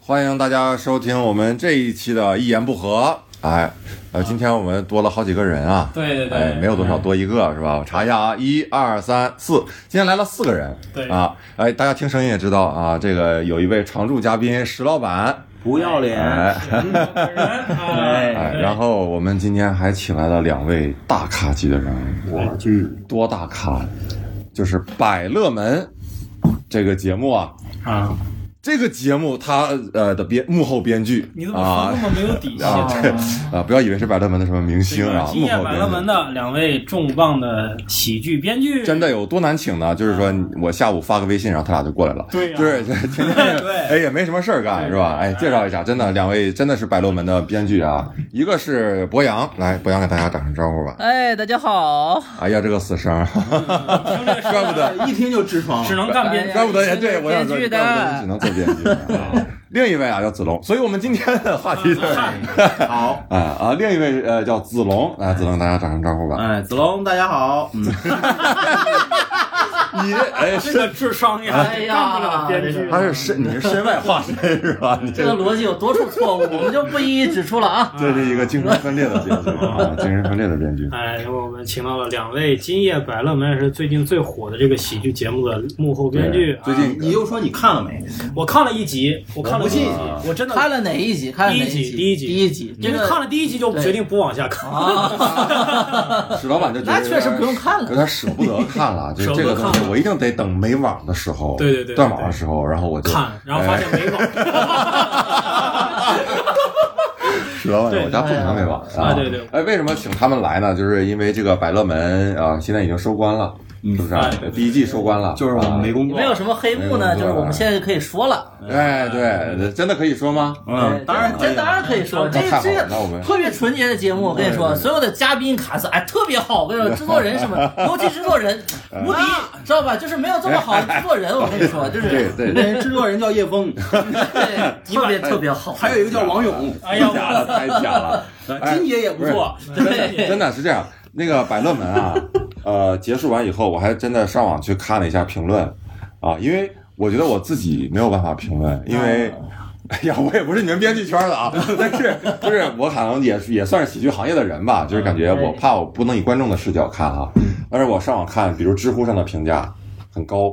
欢迎大家收听我们这一期的《一言不合》。哎，呃，今天我们多了好几个人啊。对对对哎，没有多少，多一个是吧？我查一下啊，一二三四，今天来了四个人。对啊，哎，大家听声音也知道啊，这个有一位常驻嘉宾石老板。不要脸，本人啊哎，然后我们今天还请来了两位大咖级的人物，我哎去，多大咖？就是《百乐门》这个节目啊，啊，这个节目它呃的编幕后编剧你怎么啊说那么没有底气啊呢？ 对啊，不要以为是百乐门的什么明星啊，今幕夜后百乐编门剧。的两位重磅的喜剧编剧，真的有多难请呢？就是说我下午发个微信，然后他俩就过来了。对呀就是天天对 哎也没什么事儿干是吧？哎，介绍一下，真的两位真的是百乐门的编剧啊，一个是博洋，来博洋给大家打声招呼吧。哎，大家好！哎呀，这个死声， 怪不得一听就痔疮，只能干编哎怪呀剧。不得也对，你是我想说，怪编不剧的得你只能做编剧啊。另一位啊叫子龙，所以我们今天的话题就是啊 好。啊，另一位呃叫子龙啊，子龙大家打声招呼吧。哎，子龙，大家好。嗯，你哎是这个智商呀，哎呀干不了编剧。他是身你是身外化身是吧？你这个逻辑有多处 错误，我们就不一一指出了啊。这是一个精神分裂的编剧啊，精神分裂的编剧。哎，我们请到了两位《今夜百乐门》也是最近最火的这个喜剧节目的幕后编剧啊对。，最近你又说你看了没？我看了一集，我看了一集，我真的看了哪一集？看了哪集？第第一集第一集。因这为个看了第一集就决定不往下看。啊，史老板就觉得那确实不用看了有点舍不得看了。就这个东西 舍不得看，了我一定得等没网的时候，对对对对断网的时候，然后我就哎 看，然后发现没网。石老板，我家不可能没网啊对对哎，为什么请他们来呢？就是因为这个百乐门啊，现在已经收官了，是不是啊哎对对？对第一季收官了，啊就是我们没公有布没。有什么黑幕呢？没有没有就是我们现在就可以说了。哎，对，真的可以说吗？啊嗯，当然可这以当然可以说，这那太好这了，那我们特别纯洁的节目，我跟你说，所有的嘉宾卡司哎特别好，我跟你 说，制作人什么，尤其制作人嗯无敌，知道吧？就是没有这么 好的制作人，我跟你说，就对是对 那对，人制作人叫叶 枫，对特别特别好。还有一个叫王勇， 哎呀，假了，太假了。哎金姐也不错。真的真的是这样。那个百乐门啊，呃，结束完以后，我还真的上网去看了一下评论啊，因为我觉得我自己没有办法评论，因为。 哎呀，我也不是你们编剧圈的啊， 但是就是我可能也是也算是喜剧行业的人吧，就是感觉我怕我不能以观众的视角看啊，但是我上网看，比如知乎上的评价很高，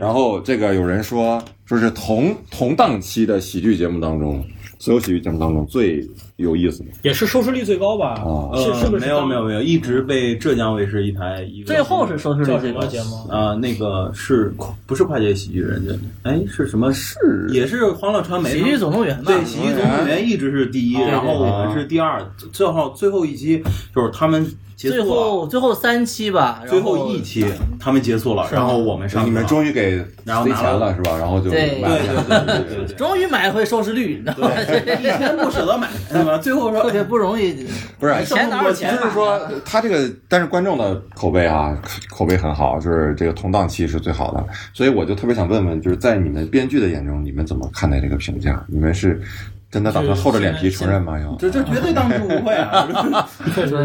然后这个有人说说是同同档期的喜剧节目当中，所有喜剧节目当中最有意思的，也是收视率最高吧？哦是是不呃是？没有没有没有，一直被浙江卫视一台一个最后是收视率叫最什高么。节目？啊，那个是不是跨界喜剧人家？哎，是什么？是也是欢乐传媒喜剧总动员吧？对，喜剧总动员一直是第一，对对对然后我们是第二。最后最后一期就是他们啊结最束了，后最后三期吧，然最后啊一期他们结束了，吗然后我们上你去了。们终于给然后塞拿钱了了是吧？然后就对买了对对对对对终于买回收视率，你知道吗？一 天不舍得买，对吧？最后说哎特别不容易， 不是以前哪有钱就是说他这个，但是观众的口碑啊，口碑很好，就是这个同档期是最好的，所以我就特别想问问，就是在你们编剧的眼中，你们怎么看待这个评价？你们是真的打算厚着脸皮承认吗？要这这绝对当之无愧啊！对，这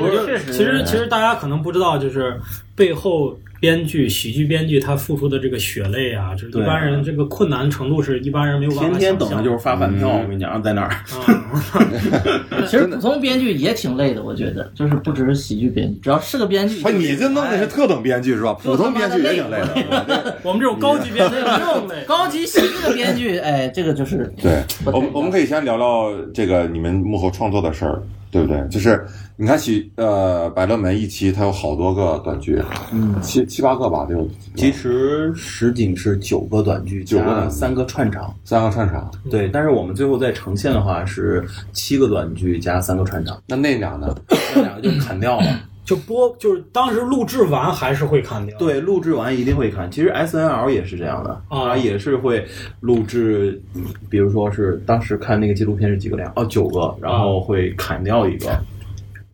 我个就确实，其实其实大家可能不知道，就是背后编剧、喜剧编剧他付出的这个血泪啊，就是一对啊般人这个困难程度是一般人没有办天法啊天等着就是是发饭票，我跟你讲，在那儿。嗯其实普通编剧也挺累的，我觉得就是不只是喜剧编剧，只要是个编剧，哎，你这弄的是哎特等编剧是吧？普通编剧也挺累的。 我们这种高级编剧对这这种 种累。高级喜剧的编 剧，哎，这个就是对，不我太一们样我们可以先聊聊这个你们幕后创作的事儿，对不对？就是你看喜呃《百乐门》一期，它有好多个短剧，嗯，七七八个吧，得有其实实景是九个短剧九个短加剧三个串场，三个串场。对。但是我们最后再呈现的话是七个短剧加三个串场，那那俩呢？那两个就砍掉了。就播就是当时录制完还是会看掉。对，录制完一定会看。其实 S N L 也是这样的，啊它也是会录制，嗯比如说是当时看那个纪录片是几个量，哦，九个，然后会砍掉一个。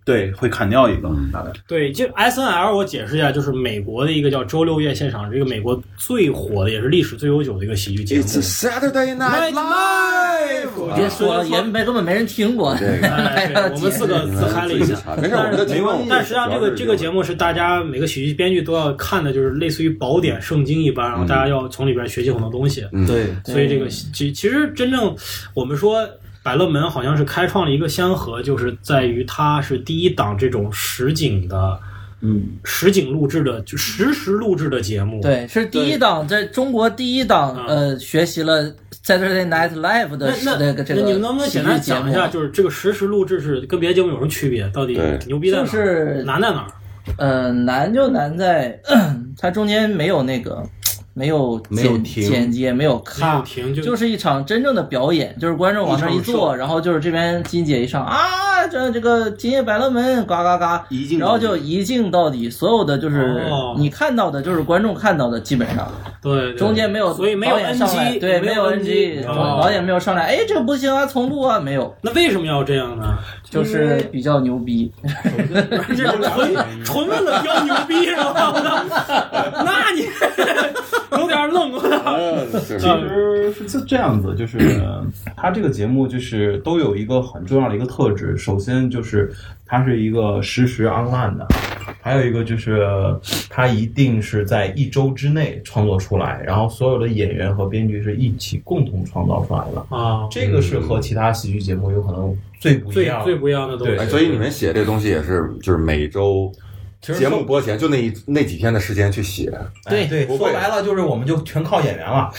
对，会砍掉一个，嗯大概对，就 S N L，我解释一下，就是美国的一个叫周六夜现场，这个美国最火的，也是历史最悠久的一个喜剧节目。 It's Saturday Night Live。别说了，也没根本没人听过。这个啊哎，对我们四个自嗨了一下，没事，我们的节目，但实际上，这个这个节目，目是大家每个喜剧编剧都要看的，就是类似于宝典、圣经一般，然后大家要从里边学习很多东西。嗯对所以这个其其实真正我们说百乐门好像是开创了一个先河，就是在于它是第一档这种实景的嗯，实景录制的，就实时录制的节目。 对，是第一档，在中国第一档，呃，学习了 Saturday Night Live 嗯那的那这个这个那你们能不能简单讲一下，喜剧节目？就是这个实时录制是跟别的节目有什么区别？到底对牛逼在哪儿？就是难在哪儿？呃，难就难在 它中间没有那个，没有没有剪停剪接，没有没有卡。停就就是一场真正的表演，就是观众往那儿一一场坐，然后就是这边金姐一上啊，这这个今夜百乐门，嘎嘎嘎，一镜到底然后就一镜到底，所有的就是哦你看到的，就是观众看到的，基本上对，对中间没有，所以没有导演上来 NG，对，没有 NG，哦导演没有上来，哎，这个不行啊，重录啊，没有，那为什么要这样 呢？就是比较牛逼，这是 纯纯为了标牛逼是吧？ 那你 有点愣。啊嗯是其实是这样子，就是呃它这个节目就是都有一个很重要的一个特质，首先就是它是一个实时 online 的，还有一个就是呃它一定是在一周之内创作出来，然后所有的演员和编剧是一起共同创造出来的。啊，这个是和其他喜剧节目有可能最不一 最样的最不一样的东哎，西。所以你们写这东西也是，就是每周其实节目说播前就那一那几天的时间去写，对对，不说会白了就是我们就全靠演员了。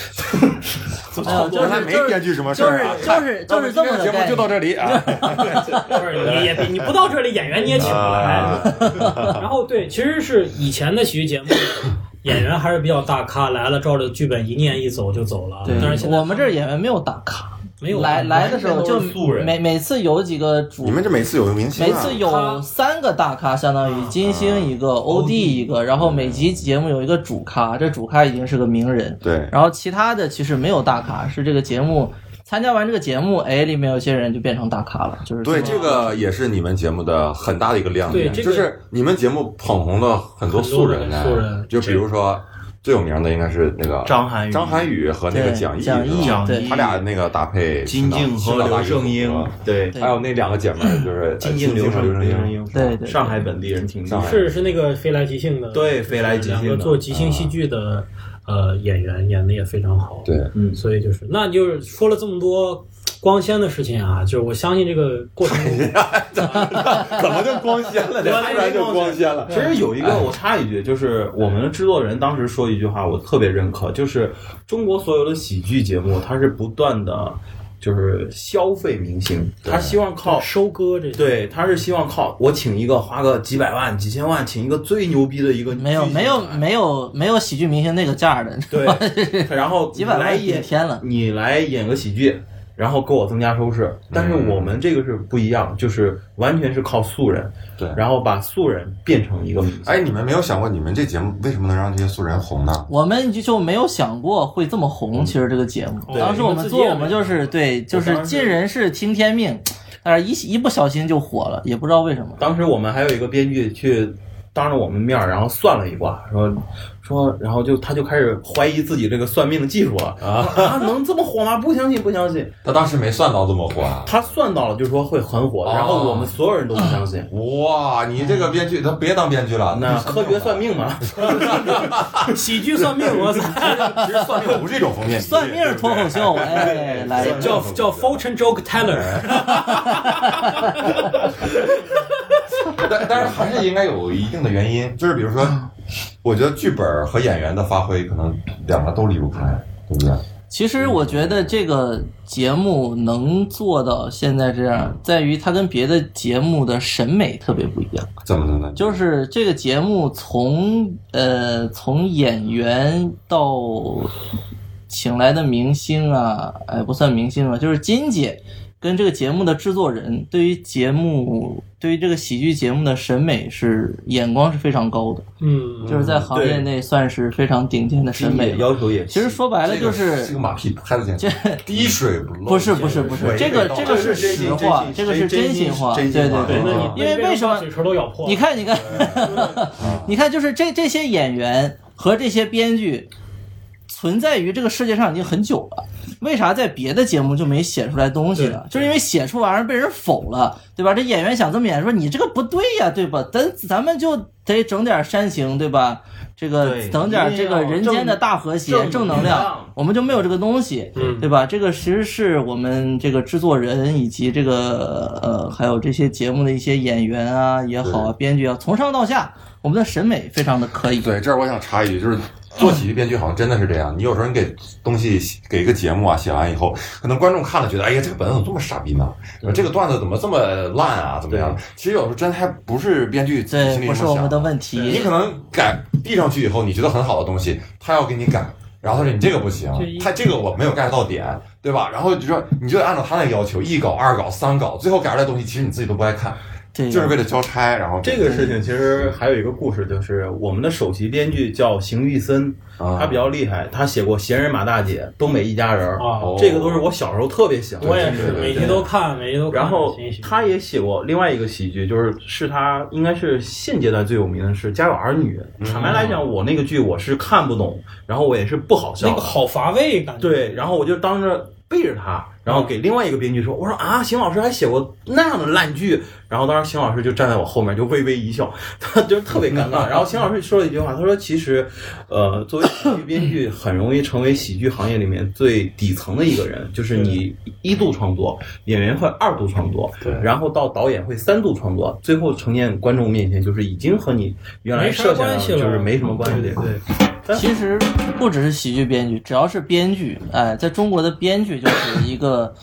哎呦就我还是没就是编剧什么事就儿是啊。就是就是这么那我们今天的节个目就概念到。这里啊！就是你也你不到这里，演员你也请不啊来。然后对，其实是以前的喜剧节目，演员还是比较大咖，来了照着剧本一念一走就走了。但是现在我们这儿演员没有打卡，没有啊来来的时候就都是素人每每次有几个主你，们这每次有个明星、啊，每次有三个大咖，相当啊于金星一个，OD 一个，然后每集节目有一个主咖，这主咖已经是个名人，对，然后其他的其实没有大咖，是这个节目参加完这个节目，哎，里面有些人就变成大咖了，就是对，这个也是你们节目的很大的一个亮点，对这就个是你们节目捧红了很多素人呢、很多素人就比如说最有名的应该是那个张涵予张涵予和那个对蒋毅，蒋毅是吧对他俩那个搭配，金靖和刘正英，对，对还有那两个姐妹儿就是呃金靖、刘刘和胜、刘正正英，英，对对上海本地人挺厉上海害。是是那个飞来即兴的，对飞来即兴的啊两个做即兴戏剧的呃演员演的也非常好。对，嗯所以就是，那就是说了这么多光鲜的事情啊，就是我相信这个过程中， 怎么就光鲜了？突然就光鲜了。其实有一哎个，我插一句，就是我们的制作人当时说一句话，我特别认可，就是中国所有的喜剧节目，它是不断的，就是消费明星，他希望靠收割这些，对，他是希望靠我请一个花个几百万、几千万，请一个最牛逼的一个，没有没有没有没有喜剧明星那个价儿的，对， 然后几百万来顶演天了你来演个喜剧，然后给我增加收视。但嗯是我们这个是不一样，就是完全是靠素人，对然后把素人变成一个明星。哎，你们没有想过你们这节目为什么能让这些素人红呢？我们就就没有想过会这么红。其实这个节目，嗯对当时我你们们自己做，也我们就是对，就我是当时尽人事听天命，但是一一不小心就火了，也不知道为什么。当时我们还有一个编剧去当着我们面儿，然后算了一卦，说说，然后就他就开始怀疑自己这个算命的技术了啊能这么火吗？不相信，不相信。他当时没算到这么火啊！他算到了，就说会很火，然后我们所有人都不相信。啊哇，你这个编剧，他别当编剧了，那科学算命嘛，喜剧算命，我操， 其实算命不是一种封建迷信， 算命儿脱口秀， 哎，来，叫叫 fortune joke teller， 但但是还是应该有一定的原因，就是比如说，我觉得剧本和演员的发挥可能两个都离不开，对不对？其实我觉得这个节目能做到现在这样，在于它跟别的节目的审美特别不一样。怎么的呢？就是这个节目从呃从演员到请来的明星啊，哎不算明星了，就是金姐跟这个节目的制作人对于节目对于这个喜剧节目的审美是眼光是非常高的，嗯，就是在行业内算是非常顶尖的审美了。要求也其实说白了就这个这是个马屁拍的简这直滴水不漏。不是不是不是娓娓这个道这个是来实话，这个是真心话，对真心对话对对对啊那，因为为什么嘴唇都咬破了？你看，你看， 你看，就是这这些演员和这些编剧存在于这个世界上已经很久了，为啥在别的节目就没写出来东西呢？就是因为写出玩意儿被人否了，对吧？这演员想这么演，说你这个不对呀、对吧？咱咱们就得整点煽情，对吧？这个对整点这个人间的大和谐、正正能量，我们就没有这个东西，嗯对吧？这个其实是我们这个制作人以及这个呃，还有这些节目的一些演员啊也好啊，编剧啊，从上到下，我们的审美非常的可以。对，这儿我想插一句，就是做喜剧编剧好像真的是这样。你有时候你给东西给一个节目啊，写完以后，可能观众看了觉得，哎呀，这个本子怎么这么傻逼呢？这个段子怎么这么烂啊？怎么样？其实有时候真还不是编剧自己这心里不这是我么们想的问你题可，能改递上去以后，你觉得很好的东西，他要给你改，然后他说你这个不行就一，他这个我没有 get 到点，对吧？然后就说你就得按照他那个要求，一稿、二稿、三稿，最后改出来的东西其实你自己都不爱看，对，就是为了交差，然后这个事情其实还有一个故事，就是我们的首席编剧叫邢玉森，啊他比较厉害，他写过《闲人马大姐》《东北一家人》啊，这个都是我小时候特别喜欢的。我也是对对每集都看，每集都看。然后行行他也写过另外一个喜剧，就是是他应该是现阶段最有名的是《家有儿女》。坦白来讲，我那个剧我是看不懂，然后我也是不好笑。那个好乏味感觉。对，然后我就当着背着他，然后给另外一个编剧说：“我说啊，邢老师还写过那样的烂剧。”然后当时邢老师就站在我后面就微微一笑， 他就特别尴 尬。然后邢老师说了一句话，他说：“其实，呃，作为喜剧编剧，很容易成为喜剧行业里面最底层的一个人，就是你一度创作，演员会二度创作，然后到导演会三度创作，最后呈现观众面前就是已经和你原来没啥设想的关系就是了嗯没什么关系的。对” 其实不只是喜剧编剧，只要是编剧，哎，在中国的编剧就是一个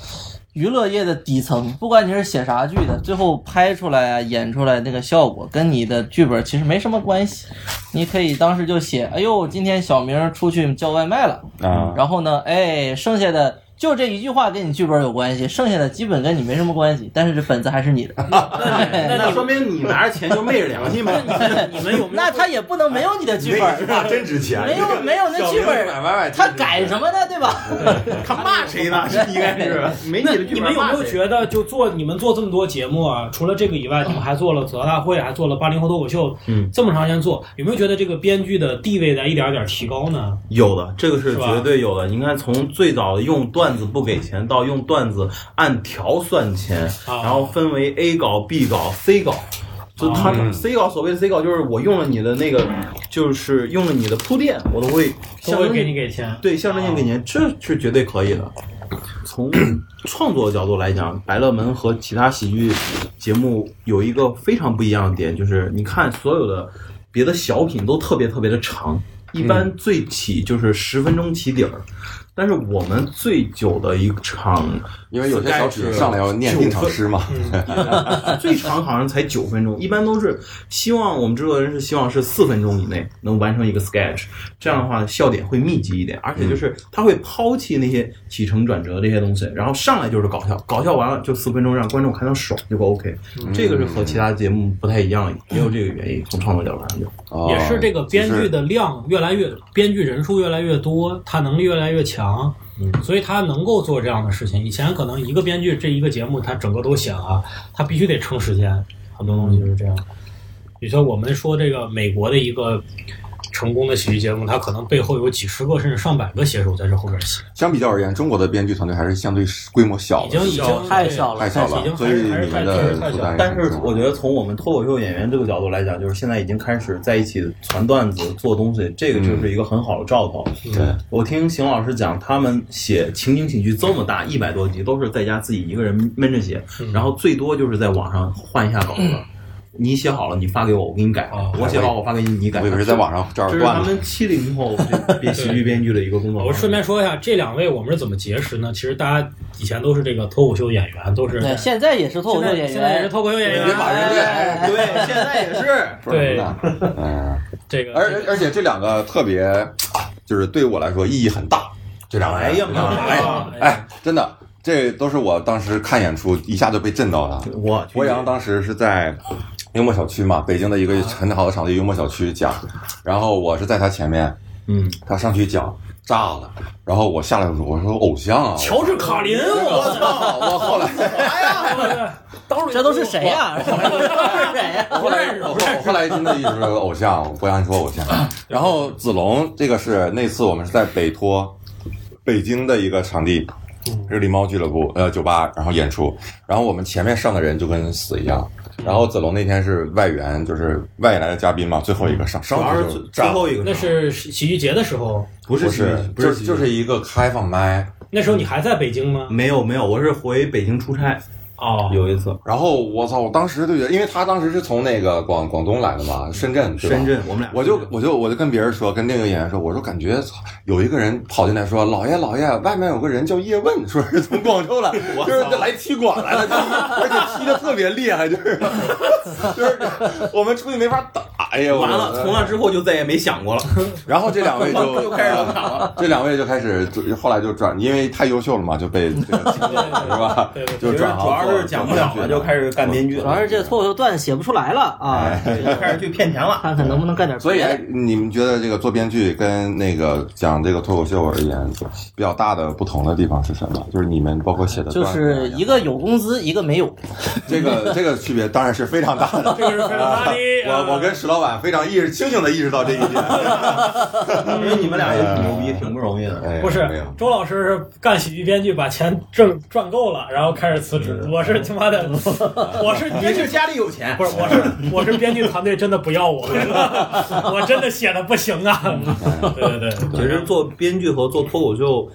娱乐业的底层。不管你是写啥剧的，最后拍出来啊、演出来那个效果，跟你的剧本其实没什么关系。你可以当时就写，哎呦，今天小明出去叫外卖了，啊，然后呢，哎，剩下的。就这一句话跟你剧本有关系，剩下的基本跟你没什么关系，但是这本子还是你的。哎 那那你说们明你拿着钱就昧着良 心呗。你们有没有？那他也不能没有你的剧本，话真值 钱没有没有那剧本，买买买，他改什么呢？对吧？他骂谁呢？这应该是没你的剧你们有没有觉得，就做你们做这么多节目啊？除了这个以外，你们还做了吐槽大会，还做了八零后脱口秀，嗯，这么长时间做，有没有觉得这个编剧的地位在一点儿点儿提高呢？有的，这个是是吧绝对有的。你看，从最早的用段子不给钱，到用段子按条算钱，啊然后分为 A 稿、B 稿、C 稿。就他嗯 C 稿，所谓的 C 稿就是我用了你的那个，就是用了你的铺垫，我都会都象会征给你给钱。对，象征性给您，这是绝对可以的。从创作角度来讲，《百乐门》和其他喜剧节目有一个非常不一样的点，就是你看所有的别的小品都特别特别的长，一般最起就是十分钟起底儿。但是我们最久的一场，因为有些小纸上来要念定场诗嘛， 啊最长好像才九分钟，一般都是希望我们制作人是希望是四分钟以内能完成一个 sketch，这样的话笑点会密集一点，而且就是他会抛弃那些起承转折这些东西，然后上来就是搞笑，搞笑完了就四分钟让观众看到爽就 OK，这个是和其他节目不太一样，也有这个原因，从创作角度来讲。哦嗯也是这个编就是剧的量越来越，编剧人数越来越多，他能力越来越强，所以他能够做这样的事情。以前可能一个编剧这一个节目他整个都写了，他必须得撑时间，很多东西就是这样。比如说我们说这个美国的一个成功的喜剧节目，它可能背后有几十个甚至上百个写手在这后边写，相比较而言，中国的编剧团队还是相对规模小的，已经已经太小了太小已经了，所还以是你还是们太的太负小。担但也是很重我觉得从我们脱口秀演员这个角度来讲，就是现在已经开始在一起传段子、做东西，这个就是一个很好的兆头。对我听邢老师讲，他们写情景喜剧这么大，一百多集，都是在家自己一个人闷着写，然后最多就是在网上换一下稿子。你写好了，你发给我，我给你改；哦我写好，我发给你，你改。我以为是在网上找这着是他段子，们七零后这编喜剧编剧的一个工 作。我顺便说一下，这两位我们是怎么结识呢？其实大家以前都是这个脱口秀演员，都是对，现在也是脱口秀演现在也是员，脱口秀演员，啊别把人练哎对，现在也是。不是什么的，嗯。这个而而且这两个特别，就是对我来说意义很大。这两个人，哎呀妈呀哎哎，真的，这都是我当时看演出一下就被震到的。我去博洋当时是在幽默小区嘛，北京的一个很好的场地幽默小区讲，然后我是在他前面，嗯，他上去讲炸了，然后我下来我说我说偶像啊，乔治卡林，我操！我后来这都是谁啊呀、这 都是谁呀、我 后来我后我后来真 的一直是偶像，我不想说偶像。然后子龙这个是那次我们是在北托，北京的一个场地，嗯日历猫俱乐部呃酒吧，然后演出，然后我们前面上的人就跟死一样。嗯然后子龙那天是外援，就是外来的嘉宾嘛，最后一个上，上嗯主去要是就最最炸后一个那是喜剧节的时候，不是不喜剧是不就是是喜剧就是一个开放麦，那时候你还在北京吗？没有没有，我是回北京出差哦，嗯有一次，然后我操，我当时就觉得，因为他当时是从那个广广东来的嘛，深圳，对吧深圳我们俩我就深圳我就我就跟别人说，跟另一个演员说，我说感觉操有一个人跑进来说，老爷老爷，外面有个人叫叶问，说是从广州来，就是来踢馆来了，就是而且踢的特别厉害，就是就是我们出去没法打，哎呀，我呃完了，从那之后就再也没想过了。然后这两位 就又开始冷场了，这两位就开始就后来就转，因为太优秀了嘛，就被这个 是吧对对？就转行主要做是讲不了了，就开始干编剧主要了，是这脱口秀段子写不出来了啊，就开始去骗钱 了。看看能不能干点哎别所以的。，哎你们觉得这个做编剧跟那个讲这个脱口秀而言，比较大的不同的地方是什么？就是你们包括写的就段子啊是一个有工资，一个没有。这个这个区别当然是非常大的。这个是非呃常大的。啊 啊我我跟石老板非常意识清醒的意识到这一点。因为你们俩也挺牛逼，挺不容易的。哎不没有是周老师是干喜剧编剧，把钱挣赚够了，然后开始辞职。我是他妈的，我是也编是剧，家里有钱不，是我是我是编剧团队真的不要我，我真的写的不行啊。 对对对，其实做编剧和做脱口秀，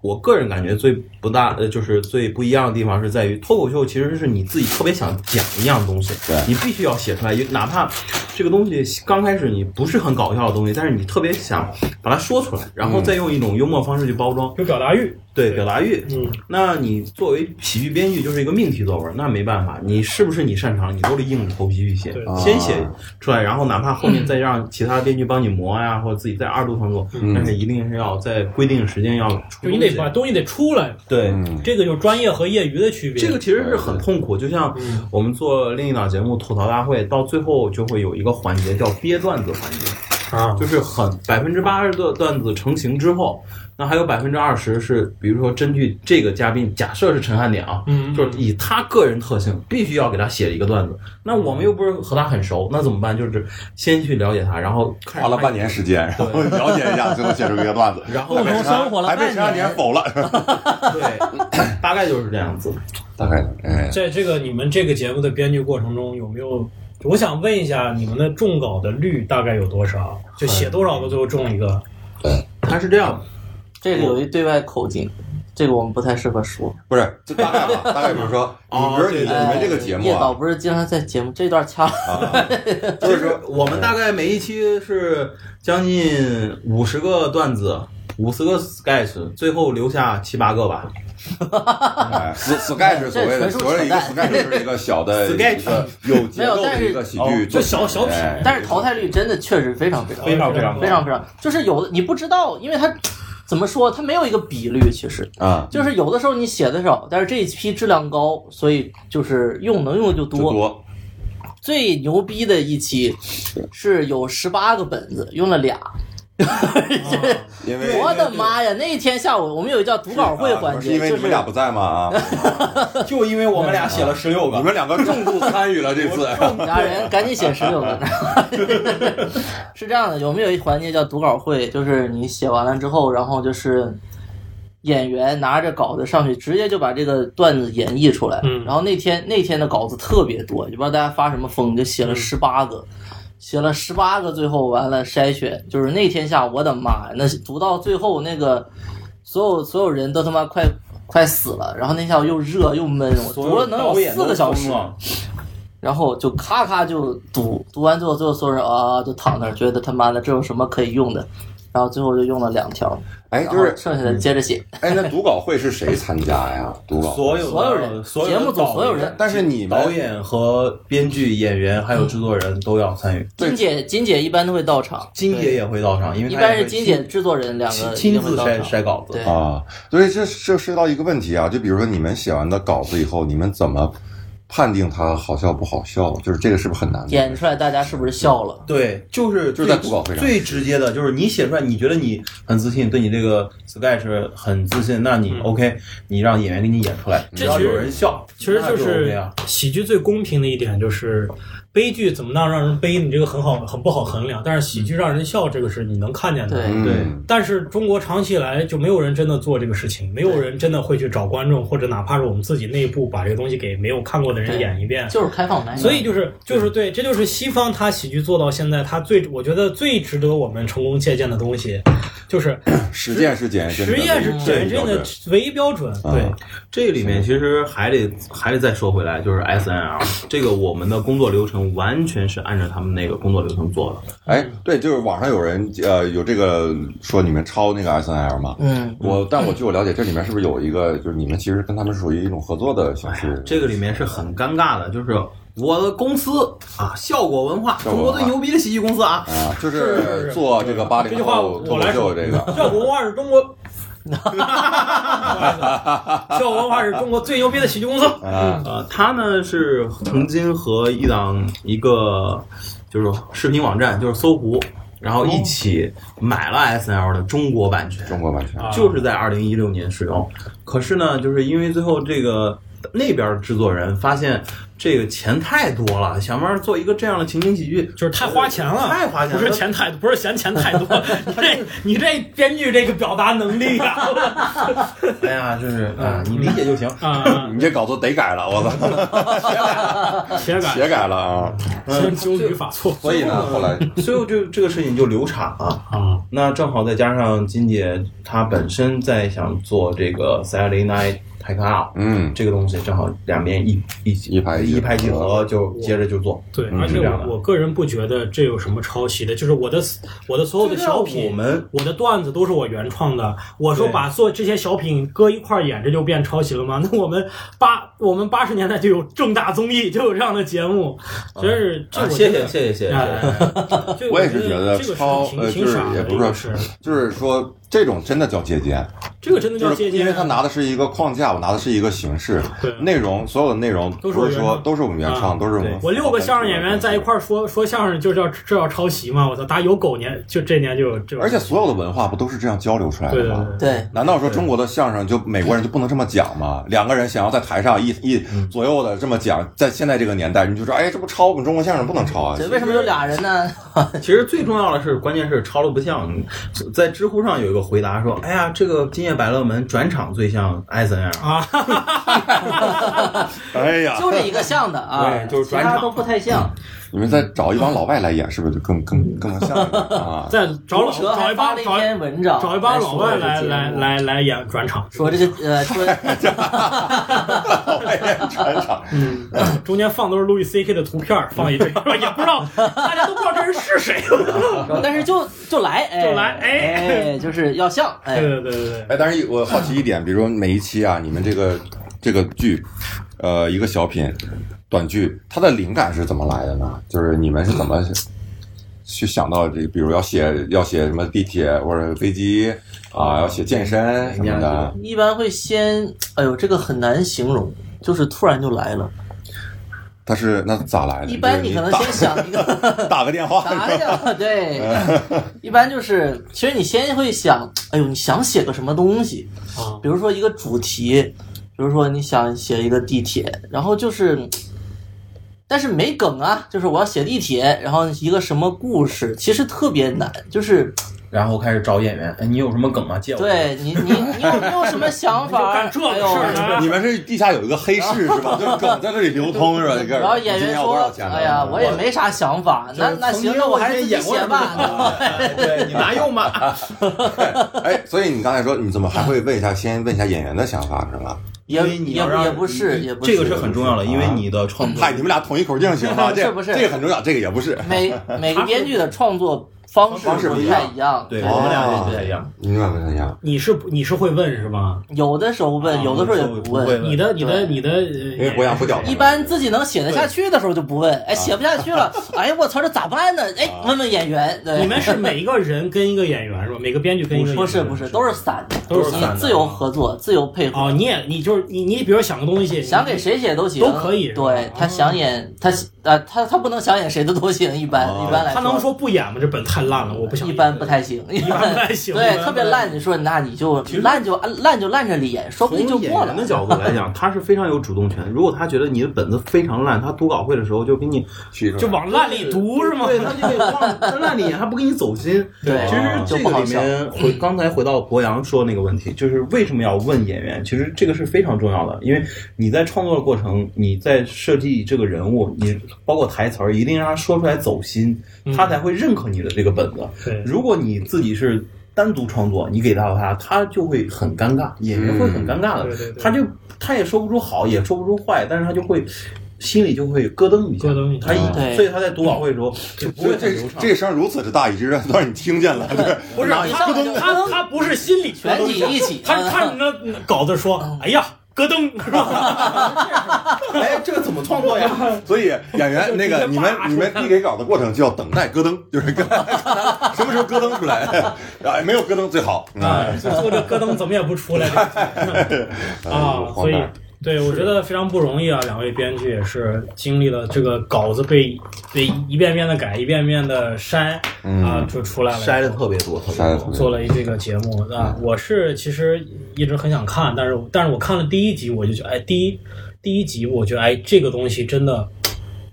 我个人感觉最不大呃，就是最不一样的地方是在于脱口秀其实是你自己特别想讲一样东西，对你必须要写出来，哪怕这个东西刚开始你不是很搞笑的东西，但是你特别想把它说出来，然后再用一种幽默方式去包装，有表达欲，对表达欲。嗯，那你作为喜剧编剧就是一个命题作文，那没办法，你是不是你擅长，你都得硬着头皮去写对，先写出来，然后哪怕后面再让其他编剧帮你磨呀，或者自己再二度创作，但是一定是要在规定时间要出就东你西。得把东西得出来，对。嗯，这个就是专业和业余的区别。这个其实是很痛苦，就像嗯我们做另一档节目《吐槽大会》，到最后就会有一个环节叫憋段子环节，啊，就是很百分之八十的段子成型之后，那还有百分之二十是，比如说根据这个嘉宾，假设是陈汉典啊，嗯就是以他个人特性，必须要给他写一个段子。那我们又不是和他很熟，那怎么办？就是先去了解他，然后看花了半，年时间，然后了解一下，最后写出一个段子，然后共同生活了还被半陈汉典年，否了，对，大概就是这样子。大概哎。 在这个你们这个节目的编剧过程中，有没有？我想问一下，你们的中稿的率大概有多少？就写多少个，最后中一个？他是这样，这个有一对外口径，这个我们不太适合说。不是，就大概吧，大概比如说，你哦比如你对你对们这个节目呃叶导啊，不是经常在节目这段掐了，就是说我们大概每一期是将近五十个段子。五十个 sketch，最后留下七八个吧。哎 s sketch 所谓的啊这纯属所谓的一个扯 sketch 就是一个小的一个 sketch 有节奏没有但的是一个喜剧作品，就小小品哎但是淘汰率真的确实非常非常非常非常非常非常，就是有的你不知道，因为它怎么说，它没有一个比率，其实啊就是有的时候你写的少，但是这一批质量高，所以就是用能用的就就多，最牛逼的一期是有十八个本子，用了俩。因为我的妈呀！那天下午我们有一叫读稿会环啊节，是因为就你们俩不在吗？啊， 就因为我们俩写了十六你们两个重度参与了这次，俩人赶紧写十六个。 是这样的，有没有一环节叫读稿会？就是你写完了之后，然后就是演员拿着稿子上去，直接就把这个段子演绎出来。嗯然后那天那天的稿子特别多，也不知道大家发什么疯，就写了十八个。写了十八个，最后完了筛选，就是那天下，我的妈呀！那读到最后那个，所有所有人都他妈快快死了。然后那下午又热又闷，我读了能有四个小时。然后就咔咔就读，读完之后，最后所有人啊就躺那儿，觉得他妈的这有什么可以用的？然后最后就用了两条，哎，然就后是剩下的接着写。哎，那读稿会是谁参加呀？读稿所有所有有人所节目的组导所有演人但是你们导演和编剧、演员还有制作人都要参与，对金姐，金姐一般都会到场，金姐对也会到场，因为一她般也是会金姐制作人两亲个一亲定会自到筛场筛稿子对，啊，所以这这涉及到一个问题啊，就比如说你们写完的稿子以后，你们怎么判定它好笑不好笑？就是这个是不是很难的？演出来大家是不是笑了？对，就是就是最在读稿会上最直接的，就是你写出来，你觉得你很自信，对你这个 sketch 很自信，那你嗯 OK，你让演员给你演出来，这只要其实有人笑，其实那就就是 OK 啊。喜剧最公平的一点就是，悲剧怎么样让人悲，你这个很好很不好衡量。但是喜剧让人笑，这个是你能看见的。对嗯对但是中国长期以来就没有人真的做这个事情，没有人真的会去找观众，或者哪怕是我们自己内部把这个东西给没有看过的人对演一遍。就是开放麦嘛，哎所以就是就是对，这就是西方他喜剧做到现在，他最我觉得最值得我们成功借鉴的东西，就是实践是检验真实的，验是这检个标验准的唯一标准。对啊，这里面其实还得还得再说回来，就是 S N L 这个我们的工作流程完全是按照他们那个工作流程做嗯的。哎，对，就是网上有人呃有这个说你们抄那个 S N L 嘛。嗯，我，但我据我了解，这里面是不是有一个，就是你们其实跟他们属于一种合作的形哎式？这个里面是很尴尬的，就是我的公司啊，效果文化，中国最牛逼的喜剧公司啊，啊，就是是是是做这个八这零句话后我脱我来口说秀这 个，效果文化是中国，效果文化是中国最牛逼的喜剧公司。啊，呃，他呢是曾经和一档一个就是视频网站，就是搜狐，然后一起买了 S N L 的中国版权，中国版权，啊就是在二零一六年使用。可是呢，就是因为最后这个那边制作人发现这个钱太多了，想办法做一个这样的情景喜剧， 就是太花钱了，太花钱了不是钱太，不是嫌钱太多，这你这编剧这个表达能力啊哎呀，就是啊、你理解就行。啊，你这稿子得改了， 我操，写感写改了啊！先纠语法错所以呢，后来最后就这个事情就流产了。啊，那正好再加上金姐她本身在想做这个 Saturday Night t a k e Out，嗯，这个东西正好两边一一起一拍一拍即即合合，就接着就做。对，嗯而且是这样的我我个人不觉得这有什么抄袭的，就是我的我的所有的小我品。们我的段子都是我原创的，我说对把做这些小品搁一块儿演，这就变抄袭了吗？ 那我们八我们八十年代就有正大综艺，就有这样的节目，真是这啊我谢觉谢得谢谢谢谢。哎，就 我也是觉得这个抄挺呃挺就是傻的，也不是这个是就是说这种真的叫借鉴，这个真的就叫是借鉴啊，因为他拿的是一个框架，我拿的是一个形式，对内容所有的内容都是不是我原说创都是我们原创，啊都是我们对我六个相声演员在一块儿说说相声，就叫这叫抄袭嘛！我操，打有狗年就这年就有这种，而且所有的文化不都是这样交流出来对的对吗？对，对，难道说中国的相声就美国人就不能这么讲吗？两个人想要在台上一一左右的这么讲，在现在这个年代，你就说，哎，这不抄我们中国相声不能抄啊这！为什么有俩人呢？其实最重要的是，关键是抄了不像。在知乎上有一个回答说：“哎呀，这个《今夜百乐门》转场最像艾森 L。啊，哎呀，就这一 个像的啊，对就是其转他场都不太像。你们再找一帮老外来演，是不是就更更更像一点啊？再找老毒蛇找还一发帮了一找篇一文章，找一帮老外来说这个节来目，啊来来演转场，说这个呃说 老外演船长，嗯嗯呃中间放都是路易 C K 的图片儿，放一堆，也不知道大家都不知道这人是谁。但是就就来，哎就来哎嗯哎，就是要像，对 哎，对对对对，哎，但是我好奇一点，比如说每一期啊，你们这个这个剧，呃，一个小品短剧，它的灵感是怎么来的呢？就是你们是怎么去想到这，比如要写要写什么地铁或者飞机啊，要写健身什么的，一般会先，哎呦，这个很难形容，就是突然就来了。它是那咋来的？一般就是你你可能打先想一个打个电话，答案，对，一般就是，其实你先会想，哎呦，你想写个什么东西，啊，比如说一个主题，比如说你想写一个地铁，然后就是，但是没梗啊，就是我要写地铁，然后一个什么故事，其实特别难，就是”然后开始找演员，哎，你有什么梗吗？借我。，对你你你有你有什么想法？ 你就干这个哎呦事儿呢你们是地下有一个黑市是吧？就是梗在这里流通是吧？这个然后演今天员要多少说：“钱呢？啊哎呀，我也没啥想法，那那行，那我还是自己写吧。啊 对你拿用吧。哎，所以你刚才说你怎么还会问一下，先问一下演员的想法是吧？也”因也为你要让也不是，你也不这个是很重要的，因为啊你的创作嗨，你们俩统一口径行吗？这是不是 这个很重要，这个也不是。每每个编剧的创作方方式不不一太样一样。对哦对我们俩人不太一样。你们俩不太一样。你是你是会问是吧？有的时候问，啊有的时候也不问。会问你的你的对哎你的，呃因因为博洋不屌他们一般自己能写得下去的时候就不问，哎，写不下去啊了，哎呀，我操，这咋办呢？哎，问问演员。对你们 是每一个人跟一个演员是吧？每个编剧跟一个演员不是不是都是散的，都是你散的啊自由合作，自由配合，哦，你也你就是你你比如想个东西，想给谁写都行，都可以是吧啊对他想演他啊，他他不能想演谁的都行，一般哦一般来啊他能说不演吗？这本太烂了，我不想一演。般不太行，一般不太行一般对不，太特别烂，你说那你就其实烂就烂就烂着脸，说不从定就演过员了的。角度来 讲，他是非常有主动权。如果他觉得你的本子非常烂，他读稿会的时候就给你去就往烂里读是吗？对，他就给你往他烂里演，他不给你走 心。对其实啊就这不个好里笑面回刚才回到博洋说那个问题，就是为什么要问演员？其实这个是非常重要的，因为你在创作的过程，你在设计这个人物，你包括台词儿，一定让他说出来走心，他才会认可你的这个本子。对如果你自己是单独创作，你给到他，他就会很尴尬，演员会很尴尬的，嗯对对对他就他也说不出好，也说不出坏，但是他就会。心里就会咯噔一下，咯噔一下他对一，所以他在读稿会的时候就不所以会很这流畅。这声如此之大，以至于让你听见了。对，不是他哪一上来就他他不是心理学的东西全体一起嗯他是看着那稿子说，嗯哎呀，咯噔，是吧？哎，这个怎么创作呀？所以演员那个你们你们递给稿的过程就要等待咯噔，就是咯噔什么时候咯噔出来，哎，没有咯噔最好。啊，做哎这咯噔怎么也不出来嗯啊，所以。对，我觉得非常不容易啊！两位编剧也是经历了这个稿子被被一遍遍的改，一遍遍的筛嗯啊，就出来了。 筛的特别多，特筛得别特多别。做了一这个节目啊，嗯我是其实一直很想看，但是但是我看了第一集，我就觉得，哎，第一第一集我觉得，哎，这个东西真的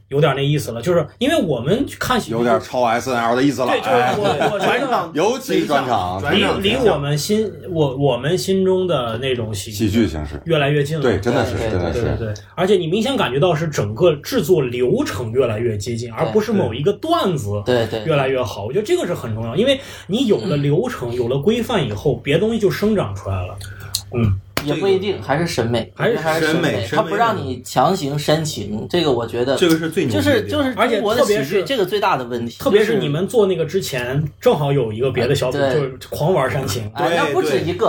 有点那意思了，就是因为我们看喜剧有点超 S N L 的意思了。对，就是哎，我我觉得。尤其专场转离场离转场我们心我我们心中的那种喜喜剧剧形式，越来越近了，对，真的是，对真对的对对是。对，而且你明显感觉到是整个制作流程越来越接近，而不是某一个段子对对，越来越好。我觉得这个是很重要，因为你有了流程，有了规范以后，别的东西就生长出来了。嗯，也不一定，还是审美，还是还是审美美，审他美不让的你强行煽情，这个我觉得这个是最牛就逼的是地就方是而且中国的特别喜剧是这个最大的问题，特别是就哎你。们做那个之前，正好有一个别的小组对就是狂玩煽情，哎，对那不止对一个，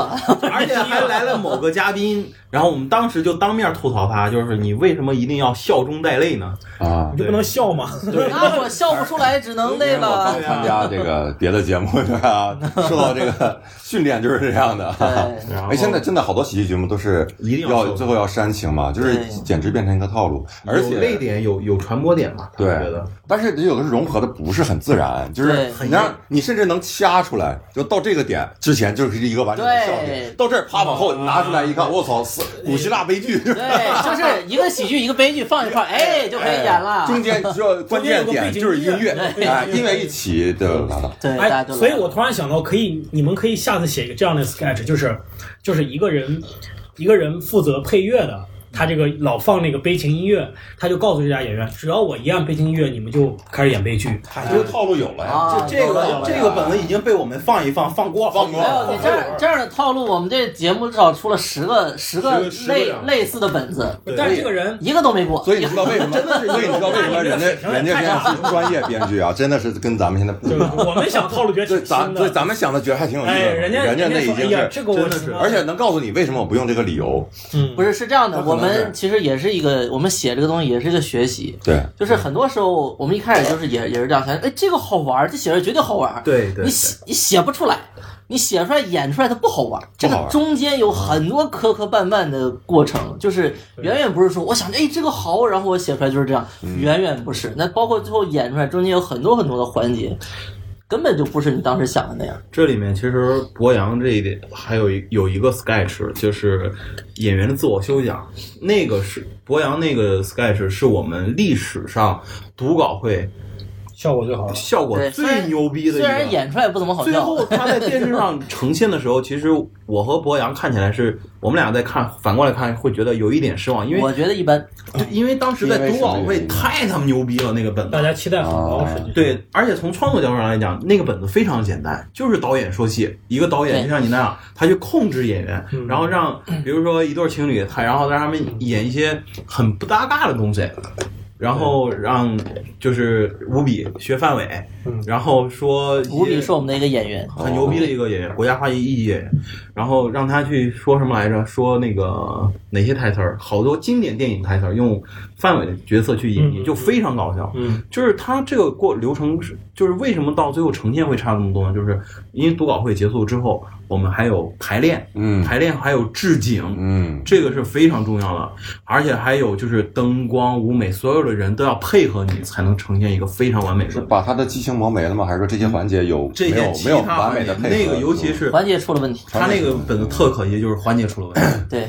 而且 还来了某个嘉宾，然后我们当时就当面吐槽他，就是你为什么一定要笑中带泪呢？啊你。就不能笑吗？ 那我笑不出来，只能那我个刚。参加这个别的节目，对 吧？受到这个训练就是这样的。对，然后哎，现在真的好多喜剧节目都是一定要要瘦最后要煽情嘛，就是对简直变成一个套路，而有泪且点有有传播点嘛？对我觉得但是有的是融合的不是很自然，就是对你让你甚至能掐出来，就到这个点之前就是一个完整的对笑点，到这儿啪往后拿出来一看，我操，死古希腊悲剧， 哎对，就是一个喜剧，一个悲剧放一块儿，哎，就可以演了。 中间只要关键点就是音乐，哎，音乐一起的完了。对，大家哎，都来所以我突然想到，可以，你们可以下次写一个这样的 sketch，就是就是一个人一个人负责配乐的。他这个老放那个悲情音乐，他就告诉这家演员，只要我一按悲情音乐，你们就开始演悲剧。哎这个套路有了呀，啊，这有了有个了这个本子已经被我们放一放，放过了，放过没了有你这样这样的套路，我们这节目至少出了十个十个十个类样类似的本子，对但是这个人一个都没过。所以你知道为什么？真的是，所以你知道为什么人家人家这样是专业编剧啊，真的是跟咱们现在不就一是样。我们想套路觉得对，挺咱新对的，咱们想的觉得还挺有意思哎，的，人家人家那人已家说，哎经呀，是，这个我真的是而且能告诉你为什么我不用这个理由。嗯不是是这样的，那可我能是们其实也是一个，我们写这个东西也是一个学习，对，嗯就是很多时候我们一开始就是也也是这样想，哎，这个好玩儿，这写着绝对好玩儿。对对你写你写不出来，你写出来演出来它不好玩儿，这不好个玩儿中间有很多磕磕绊绊的过程，就是远远不是说我想着哎这个好，然后我写出来就是这样，嗯远远不是。那包括最后演出来，中间有很多很多的环节，根本就不是你当时想的那样。这里面其实博洋这一点还有一有一个 sketch，就是演员的自我修养。那个是博洋那个 sketch 是我们历史上读稿会效果最好了。效果对，虽最然牛逼的一虽个。然演出来不怎么好最笑，后他在电视上呈现的时 候，其实我和博洋看起来是我们俩在看，反过来看会觉得有一点失望，因我为觉得一般。因为当时在读稿会太他妈牛逼了那个本大子。家期待很哦高，实际上，对，而且从创作角度上来讲，那个本子非常简单，就是导演说戏，一个导演对嗯就像你那样，他去控制演员，然后让比如说一对情侣，他然后让他们演一些很不搭嘎的东西，然后让就是吴比学范伟，然后说吴比是我们的一个演员，很牛逼的一个哦演员，国家话剧一级演员，然后让他去说什么来着？说那个哪些台词儿，好多经典电影台词儿用范伟的角色去演绎，嗯就非常搞笑。嗯，就是他这个过流程是，就是为什么到最后呈现会差这么多呢？就是因为读稿会结束之后，我们还有排练，嗯排练还有置景，嗯，这个是非常重要的，而且还有就是灯光、舞美，所有的人都要配合你，才能呈现一个非常完美是的。把他的激情磨没了吗？还是说这些环节有这没些有其没有他完美的环节配合？那个尤其嗯是环节出了问题。他那个本子特可惜，就是环节出了问 题，对，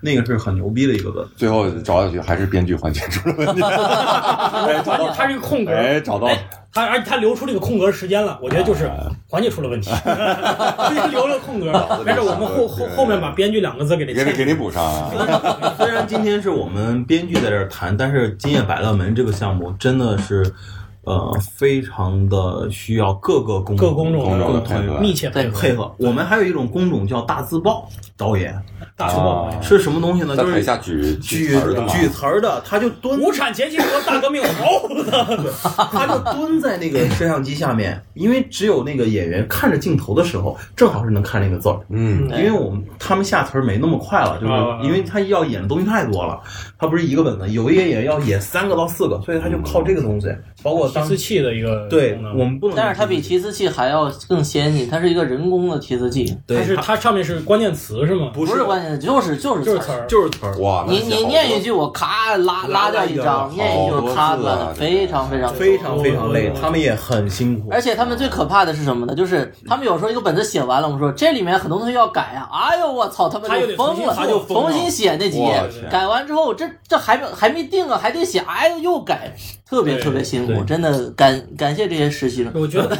那个是很牛逼的一个本子。嗯最后找下去还是编剧环节出了问题。哎，找而且到，它是一个空格，哎，找到，它而且它留出这个空格时间了，我觉得就是环节出了问 题，留了空格啊子。没事，我们后后后面把“编剧”两个字给它给你嵌给你补上啊。虽然今天是我们编剧在这儿谈，但是《今夜百乐门》这个项目真的是，呃，非常的需要各个工各工种工种的配配合密切配合配合。我们还有一种工种叫大字报导演，嗯大粗暴。啊是什么东西呢？在就台是下举举词儿的嘛举词儿的，他就蹲无产阶级和大革命 好的，他就蹲在那个摄像机下面，因为只有那个演员看着镜头的时候，正好是能看那个字儿。嗯，对因为我们他们下词儿没那么快了，就啊是因为他要演的东西太多了，他不是一个本子，有一个演员要演三个到四个，所以他就靠这个东西，包括提当词器的一个对功我能。们不能，但是它比提词器还要更先进，它是一个人工的提词器，对它是他它上面是关键词是吗？不不是关键的，就是就是就是词词儿。儿，就是词儿，哇，啊那你写你好念多一句，我咔拉拉拉掉掉一一个张，念一句我咔拉好多掉，字啊非常非常非常非常累我，我他们也很辛苦，而且他们最可怕的是什么呢？就是他们有时候一个本子写完了，我们说这里面很多东西要改呀、哎呦我操，他们他又就得疯了，重新他就疯了重新写那几页我去，改完之后这这还没还没定啊，还得写，哎呦又改，特别对特别辛苦，对真的感感谢这些实习生。我觉得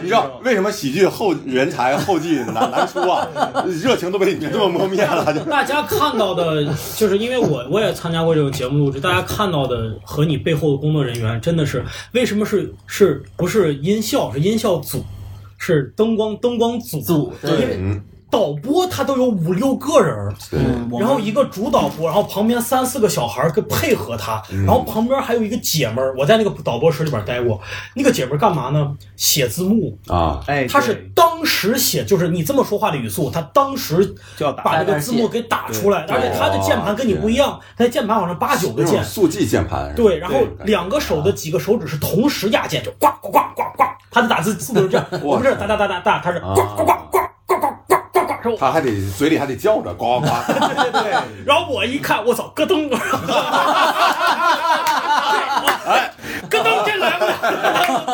你知道为什么喜剧后人才后继难难出啊？热情都被你这么磨灭了，就大家看到的，就是因为我我也参加过这种节目录制，大家看到的和你背后的工作人员真的是为什么是是不是音效是音效组，是灯光灯光组组对因为导播他都有五六个人儿，嗯我然们后一个主导播，然后旁边三四个小孩儿跟配合他，然后旁边还有一个姐们儿，我在那个导播室里边待过，那个姐们儿干嘛呢？写字幕，啊，哎，他是对当时写，就是你这么说话的语速，他当时就要打把那个字幕给打出来，对而且他的键盘跟你不一样，他的键盘好像八九个那种键，速记键盘，对，然后对两个手的几个手指是同时压键，就呱呱呱呱呱，他的打字速度 是这样，我们这哒哒哒哒哒，他是呱啊呱呱呱呱呱呱呱呱，是我他还得嘴里还得叫着呱呱呱，对对对。然后我一看，我操，咯噔，哎 咯噔，这来不了，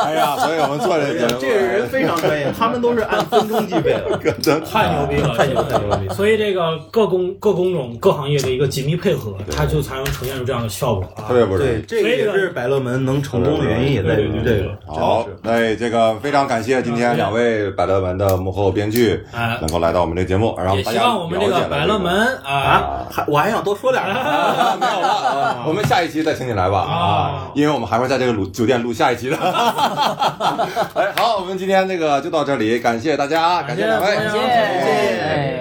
哎呀，所以我们做这节目，这个人非常专业，他们都是按分钟 计费的。可真太牛逼了， 太牛逼了太牛逼了所以这个各工各工种各行业的一个紧密配合，它就才能呈现出这样的效果啊特。别不容易对，。这个也是百乐门能成功的原因，也在于这个。好，那这个非常感谢今天两位百乐门的幕后编剧哎能够来到我们这节目，然后也大希家望我们这了解了个百乐门 啊，啊，还我还想多说点儿 呢。啊没有了啊，我们下一期再请你来吧啊啊，因为我们还会在这个录酒店录下一期 的。哎，好，我们今天这个就到这里，感谢大家，感谢两位，感谢谢谢。